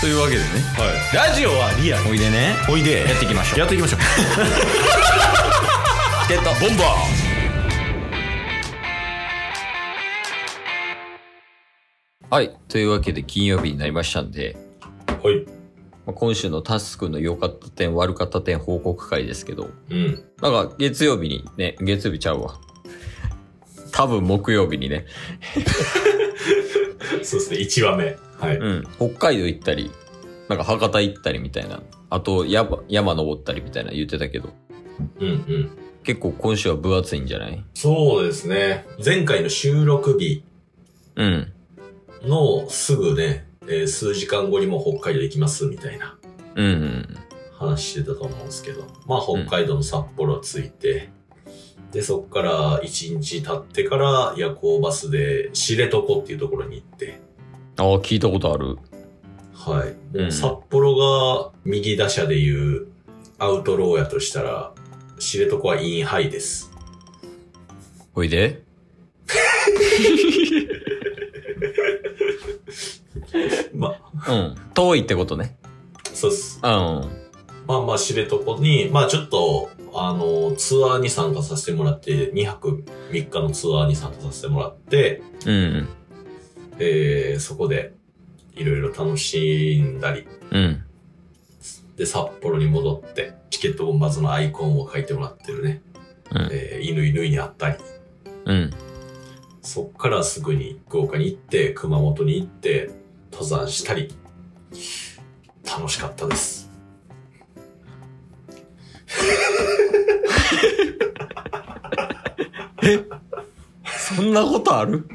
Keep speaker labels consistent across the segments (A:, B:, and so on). A: というわけでね
B: ラジオはリアル
A: おいでね
B: おいで
A: やっていきましょう
B: やっていきましょう
A: チケットボンバーはいというわけで金曜日になりましたんで
B: はい
A: まあ今週のタスクの良かった点悪かった点報告会ですけど
B: うん
A: なんか月曜日にね月曜日ちゃうわ多分木曜日にね、
B: そうですね1話目はい、
A: うん、北海道行ったりなんか博多行ったりみたいなあと山山登ったりみたいな言ってたけど
B: うんうん
A: 結構今週は分厚いんじゃない
B: そうですね。前回の収録日
A: うん
B: のすぐね、えー数時間後にもう北海道行きますみたいな
A: うんうん
B: 話してたと思うんですけど、まあ北海道の札幌着いて、で、そっから1日経ってから夜行バスで知床っていうところに行って、
A: ああ聞いたことある
B: はい。も
A: ん
B: う札幌が右打者でいうアウトローやとしたら、知床はインハイです。
A: おいで
B: まあ、
A: うん遠いってことね
B: そうっす。
A: うん
B: まあまあ、知床に、まあちょっと、あの、ツアーに参加させてもらって、2泊3日のツアーに参加させてもらって、
A: うん
B: えー、そこで、いろいろ楽しんだり、
A: うん
B: で、札幌に戻って、チケットボンバーズのアイコンを書いてもらってるね、
A: うん
B: えー、犬犬に会ったり、
A: うん
B: そっからすぐに福岡に行って、熊本に行って、登山したり、楽しかったです。
A: そんなことある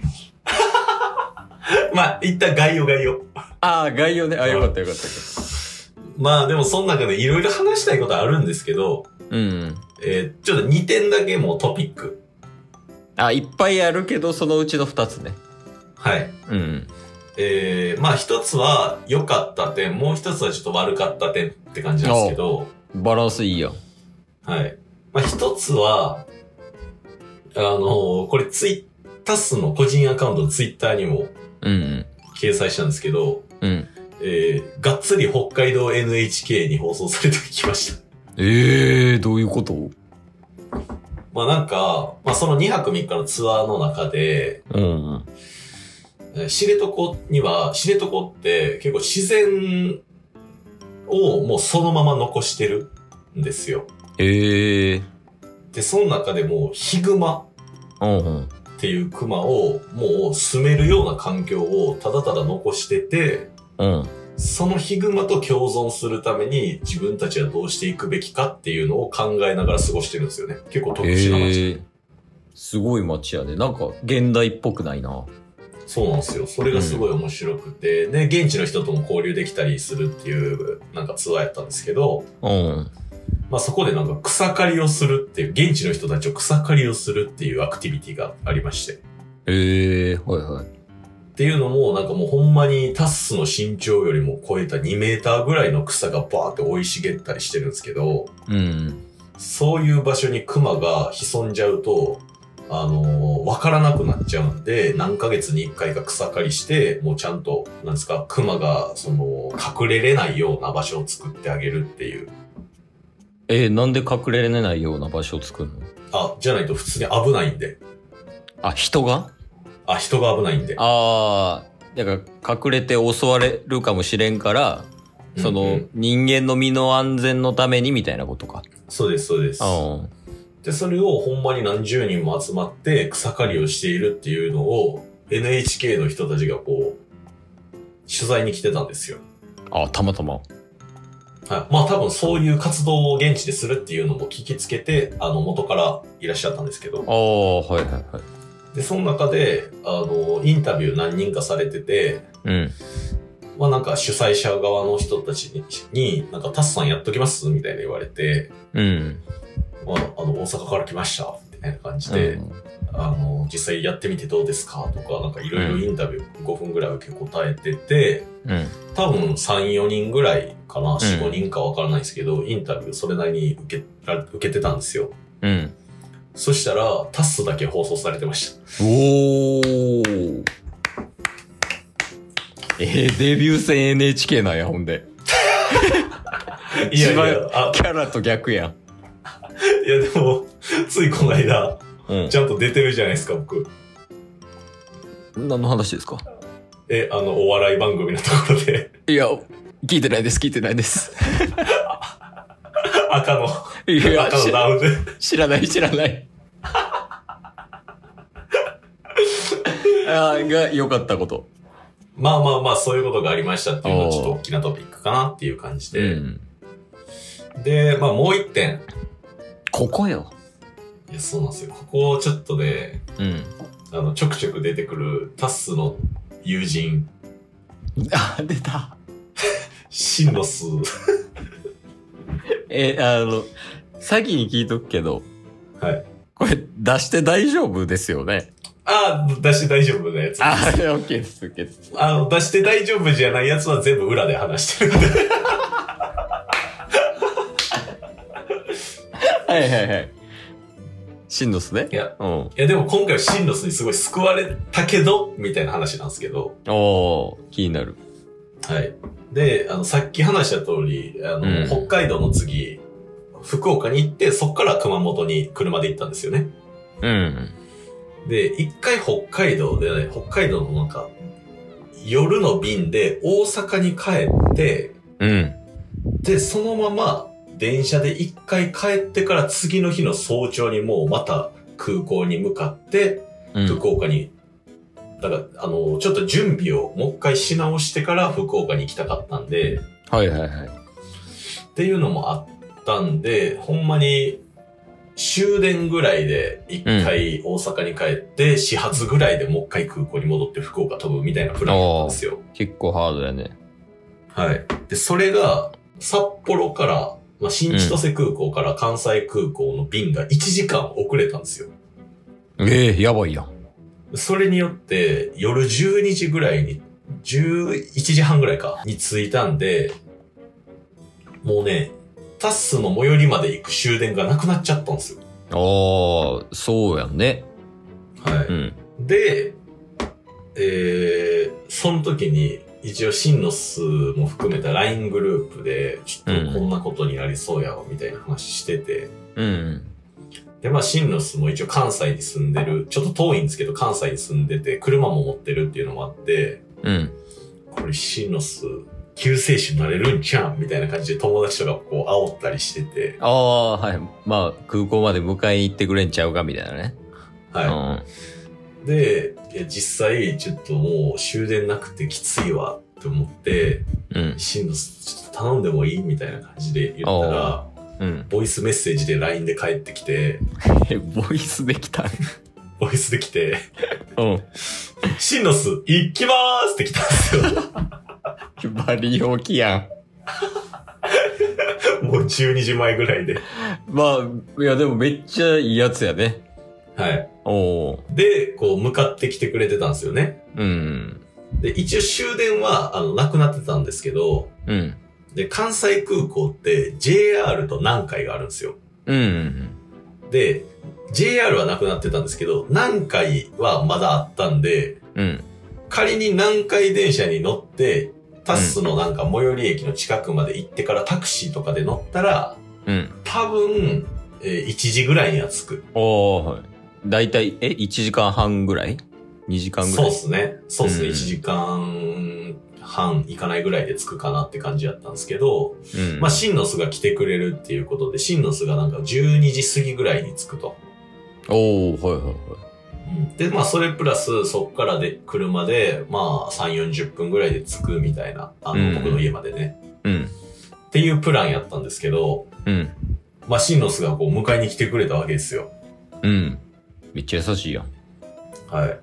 B: まあ、一旦概要概要。
A: ああ概要ねあよかったよかったよかっ
B: まあでも、その中でいろいろ話したいことあるんですけど、
A: たうん
B: えーちょっと2点だけもうトピック。
A: あいっぱいあるけどそのうちの2つね
B: はい。
A: うん
B: えー、まあ一つは良かった点、もう一つはちょっと悪かった点って感じなんですけど、
A: バランスいいやん
B: はい。まあ一つは、あのーこれツイタスの個人アカウントのツイッターにも
A: うん
B: 掲載したんですけど、
A: うんうん
B: えー、がっつり北海道 NHK に放送されてきました。
A: ええー、どういうことう
B: まあなんか、まあその2泊3日のツアーの中で、
A: ん
B: えー知床には、知床って結構自然をもうそのまま残してるんですよ。
A: ええー、
B: で、その中でもヒグマ
A: うんうん
B: っていうクマをもう住めるような環境をただただ残してて、
A: うん
B: そのヒグマと共存するために自分たちはどうしていくべきかっていうのを考えながら過ごしてるんですよね。結構特殊な街。
A: えー、すごい街やでなんか現代っぽくないな
B: そうなんですよ。それがすごい面白くて、で、現地の人とも交流できたりするっていうなんかツアーやったんですけど、
A: うん
B: まあ、そこでなんか草刈りをするっていう、現地の人たちを草刈りをするっていうアクティビティがありまして。っ
A: ええー、はいはい
B: ていうのも、なんかもうほんまにタッスの身長よりも超えた2メーターぐらいの草がバーって生い茂ったりしてるんですけど、
A: うん
B: そういう場所に熊が潜んじゃうと、あのーわからなくなっちゃうんで、何ヶ月に1回か草刈りして、もうちゃんと、なんですか、熊が、その、隠れれないような場所を作ってあげるっていう。
A: えー、なんで隠れれないような場所を作るの
B: あ、じゃないと普通に危ないんで。
A: あ人が
B: あ、人が危ないんで。
A: ああ、だから隠れて襲われるかもしれんから、その、
B: うんうん
A: 人間の身の安全のためにみたいなことか。
B: そうです、そうです。
A: うん。
B: で、それをほんまに何十人も集まって草刈りをしているっていうのを NHK の人たちがこう、取材に来てたんですよ。
A: あたまたま。
B: はい。まあ多分そういう活動を現地でするっていうのも聞きつけて、あの元からいらっしゃったんですけど。
A: ああ、はいはいはい。
B: で、その中で、あの、インタビュー何人かされてて、
A: うん。
B: まあなんか主催者側の人たちに、になんかタスさんやっときますみたいな言われて、
A: うん。
B: まあ、あの、大阪から来ましたみたいな感じで、
A: うん
B: あの、実際やってみてどうですかとか、なんかいろいろインタビュー5分ぐらい受け答えてて、
A: うん。
B: 多分3、4人ぐらいかな、4、
A: うん
B: 5人かわからないですけど、インタビューそれなりに受けら受けてたんですよ。
A: うん。
B: そしたら、タスだけ放送されてました。
A: おー。えー、デビュー戦 NHK なんや、ほんで。
B: いやい
A: 一、
B: やあ、
A: キャラと逆やん。
B: いやでも、ついこの間、
A: うん。
B: ちゃんと出てるじゃないですか、僕。
A: 何の話ですか
B: え、あの、お笑い番組のところで、
A: いや、聞いてないです、聞いてないです。
B: 赤の、
A: い や、
B: 赤の
A: 知ら
B: ダウンで。
A: 知らない、知らない。 あーが良かったこと。
B: まあまあまあ、そういうことがありましたっていうの
A: おー
B: はちょっと大きなトピックかなっていう感じ
A: う
B: で。
A: ん。
B: で、まあもう一点。
A: ここよ。
B: いや、そうなんですよ。ここちょっとね、
A: うん。
B: あの、ちょくちょく出てくるタッスの友人、
A: あ、出た。
B: シン ノス。
A: えーあの、先に聞いとくけど、
B: はい。
A: これ出して大丈夫ですよね。
B: ああ、出して大丈夫なやつ。
A: あ、オッケーです、オッケーです。
B: あの、出して大丈夫じゃないやつは全部裏で話してるんで。
A: はいはいはい。しんどすね
B: い。や、
A: うん。
B: いやでも今回はシンノスにすごい救われたけど、みたいな話なんですけど。
A: おー、気になる。
B: はい。で、あの、さっき話した通り、あの、
A: うん
B: 北海道の次、福岡に行って、そっから熊本に車で行ったんですよね。
A: うん。
B: で、一回北海道で、ね、北海道のなんか、夜の便で大阪に帰って、
A: うん。
B: で、そのまま電車で一回帰ってから次の日の早朝にもうまた空港に向かって、
A: うん
B: 福岡に、だから、あの、ちょっと準備をもう一回し直してから福岡に行きたかったんで、
A: はいはいはい。
B: っていうのもあったんで、ほんまに終電ぐらいで一回大阪に帰って、始発ぐらいでもう一回空港に戻って福岡飛ぶみたいなプランだったんですよ。
A: 結構ハードやね。
B: はい。で、それが札幌から、まあ、新千歳空港から関西空港の便が1時間遅れたんですよ。
A: ええやばいやん。
B: それによって夜12時ぐらいに、11時半ぐらいか、に着いたんで、もうね、タッスの最寄りまで行く終電がなくなっちゃったんですよ。
A: あー、そうやんね。
B: は
A: うん。
B: い。で、えー、その時に、一応、シンノスも含めた LINE グループで、ちょっとこんなことになりそうやわ、みたいな話してて、
A: うん。
B: で、まあ、シンノスも一応関西に住んでる、ちょっと遠いんですけど、関西に住んでて、車も持ってるっていうのもあって、
A: うん。
B: これシンノス、救世主になれるんちゃうんみたいな感じで友達とかこう煽ったりしてて、
A: ああ、はい。まあ、空港まで迎えに行ってくれんちゃうかみたいなね。
B: はい。で、いや実際、ちょっともう終電なくてきついわって思って、
A: うん。うん。
B: シンドちょっと頼んでもいいみたいな感じで言ったら、
A: うん。
B: ボイスメッセージで LINE で帰ってきて、
A: え、ボイスできた。
B: ボイスできて、
A: うん。
B: シンドス、行きまーすって来たんですよ。
A: バリオキやん。
B: もう12時前ぐらいで。
A: まあ、いやでもめっちゃいいやつやね。
B: はい。
A: おー。
B: で、こう、向かってきてくれてたんですよね。
A: うん。
B: で、一応終電は、あの、なくなってたんですけど、
A: うん。
B: で、関西空港って JR と南海があるんですよ。
A: うん。
B: で、JR はなくなってたんですけど、南海はまだあったんで、
A: うん。
B: 仮に南海電車に乗って、タスのなんか最寄り駅の近くまで行ってからタクシーとかで乗ったら、
A: うん。
B: 多分、えー1時ぐらいには着く。
A: おー、はい。だいたい、え、1時間半ぐらい ?2 時間ぐ
B: そう
A: ら
B: で
A: い
B: すね。そうですね。
A: うん
B: 1時間半行かないぐらいで着くかなって感じだったんですけ
A: う
B: ど、
A: ん。
B: まあ、シンノスが来てくれるっていうことで、シンノスがなんか12時過ぎぐらいに着くと。
A: おー、はいはいはい。
B: うんで、まあ、それプラス、そっからで、車で、まあ、3、40分ぐらいで着くみたいな、あ
A: うん
B: の、僕の家までね。
A: うん。
B: っていうプランやったんですけど、
A: うん。
B: まあ、シンノスがこう迎えに来てくれたわけですよ。
A: うん。めっちゃ優しいやん。
B: はい。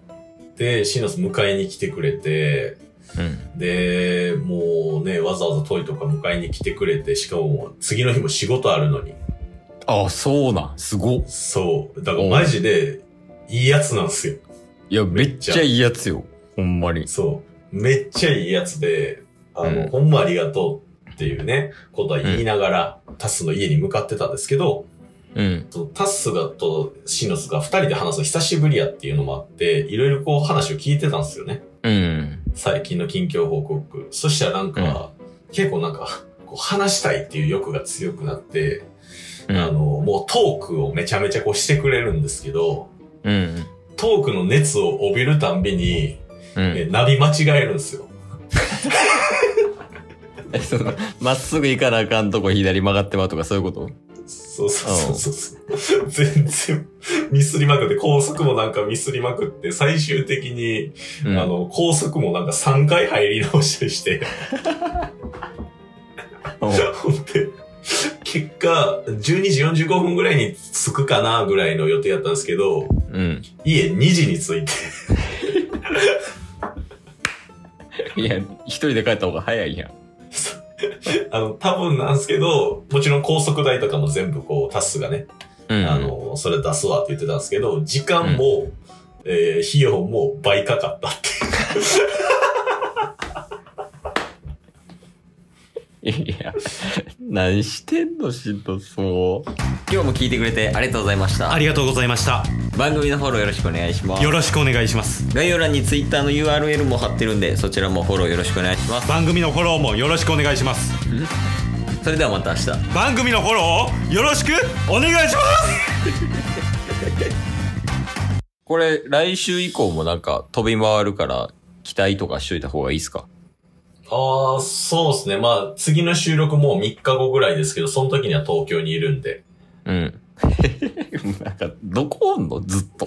B: で、シンノス迎えに来てくれて、
A: うん。
B: で、もうね、わざわざ遠いとこから迎えに来てくれて、しかも次の日も仕事あるのに。
A: ああ、そうなん。すごっ。
B: そう。だからマジで、いいやつなんですよ。
A: いや、め
B: め
A: っ
B: っちゃ
A: ちゃいいやつよ。ほんまに。
B: そう。めっちゃいいやつで、あ
A: う
B: の、
A: ん
B: ほんまありがとうっていうね、ことは言いながら、タスの家に向かってたんですけど、
A: うん。
B: そのタッスがとシノスが二人で話すの久しぶりやっていうのもあって、いろいろこう話を聞いてたんですよね。
A: うん。
B: 最近の近況報告。そしたらなんか、結構なんか、こう話したいっていう欲が強くなって、
A: うん
B: あの、もうトークをめちゃめちゃこうしてくれるんですけど、
A: うん。
B: トークの熱を帯びるたんびに、
A: うん。
B: えナビ間違えるんですよ。
A: えそのまっすぐ行かなあかんとこ左曲がってまとかそういうこと
B: そうそうそうそう。う全然ミスりまくって、高速もなんかミスりまくって、最終的に、
A: うん
B: あの、高速もなんか3回入り直したりして、
A: おう
B: ほんで、結果、12時45分ぐらいに着くかなぐらいの予定やったんですけど、
A: うん。
B: 家2時に着いて、
A: いや、一人で帰った方が早いやん。
B: あの、多分なんですけど、もちろん高速代とかも全部こう、タスがね、
A: うん。
B: あ、の、それ出すわって言ってたんですけど、時間も、えー費用も倍かかったって。
A: いや、何してんのしんどそう。今日も聞いてくれてありがとうございました。
B: りがとうございました。
A: 番組のフォローよろしくお願いします。
B: ろしくお願いします。
A: 概要欄に Twitter の URL も貼ってるんで、そちらもフォローよろしくお願いします。
B: 番組のフォローもよろしくお願いします
A: それではまた明日。
B: 番組のフォローをよろしくお願いします
A: これ、来週以降もなんか飛び回るから、期待とかしといた方がいいですか
B: ああ、そうですね。まあ、次の収録もう3日後ぐらいですけど、その時には東 京にいるんで。
A: うん。なんか、どこおんのずっと。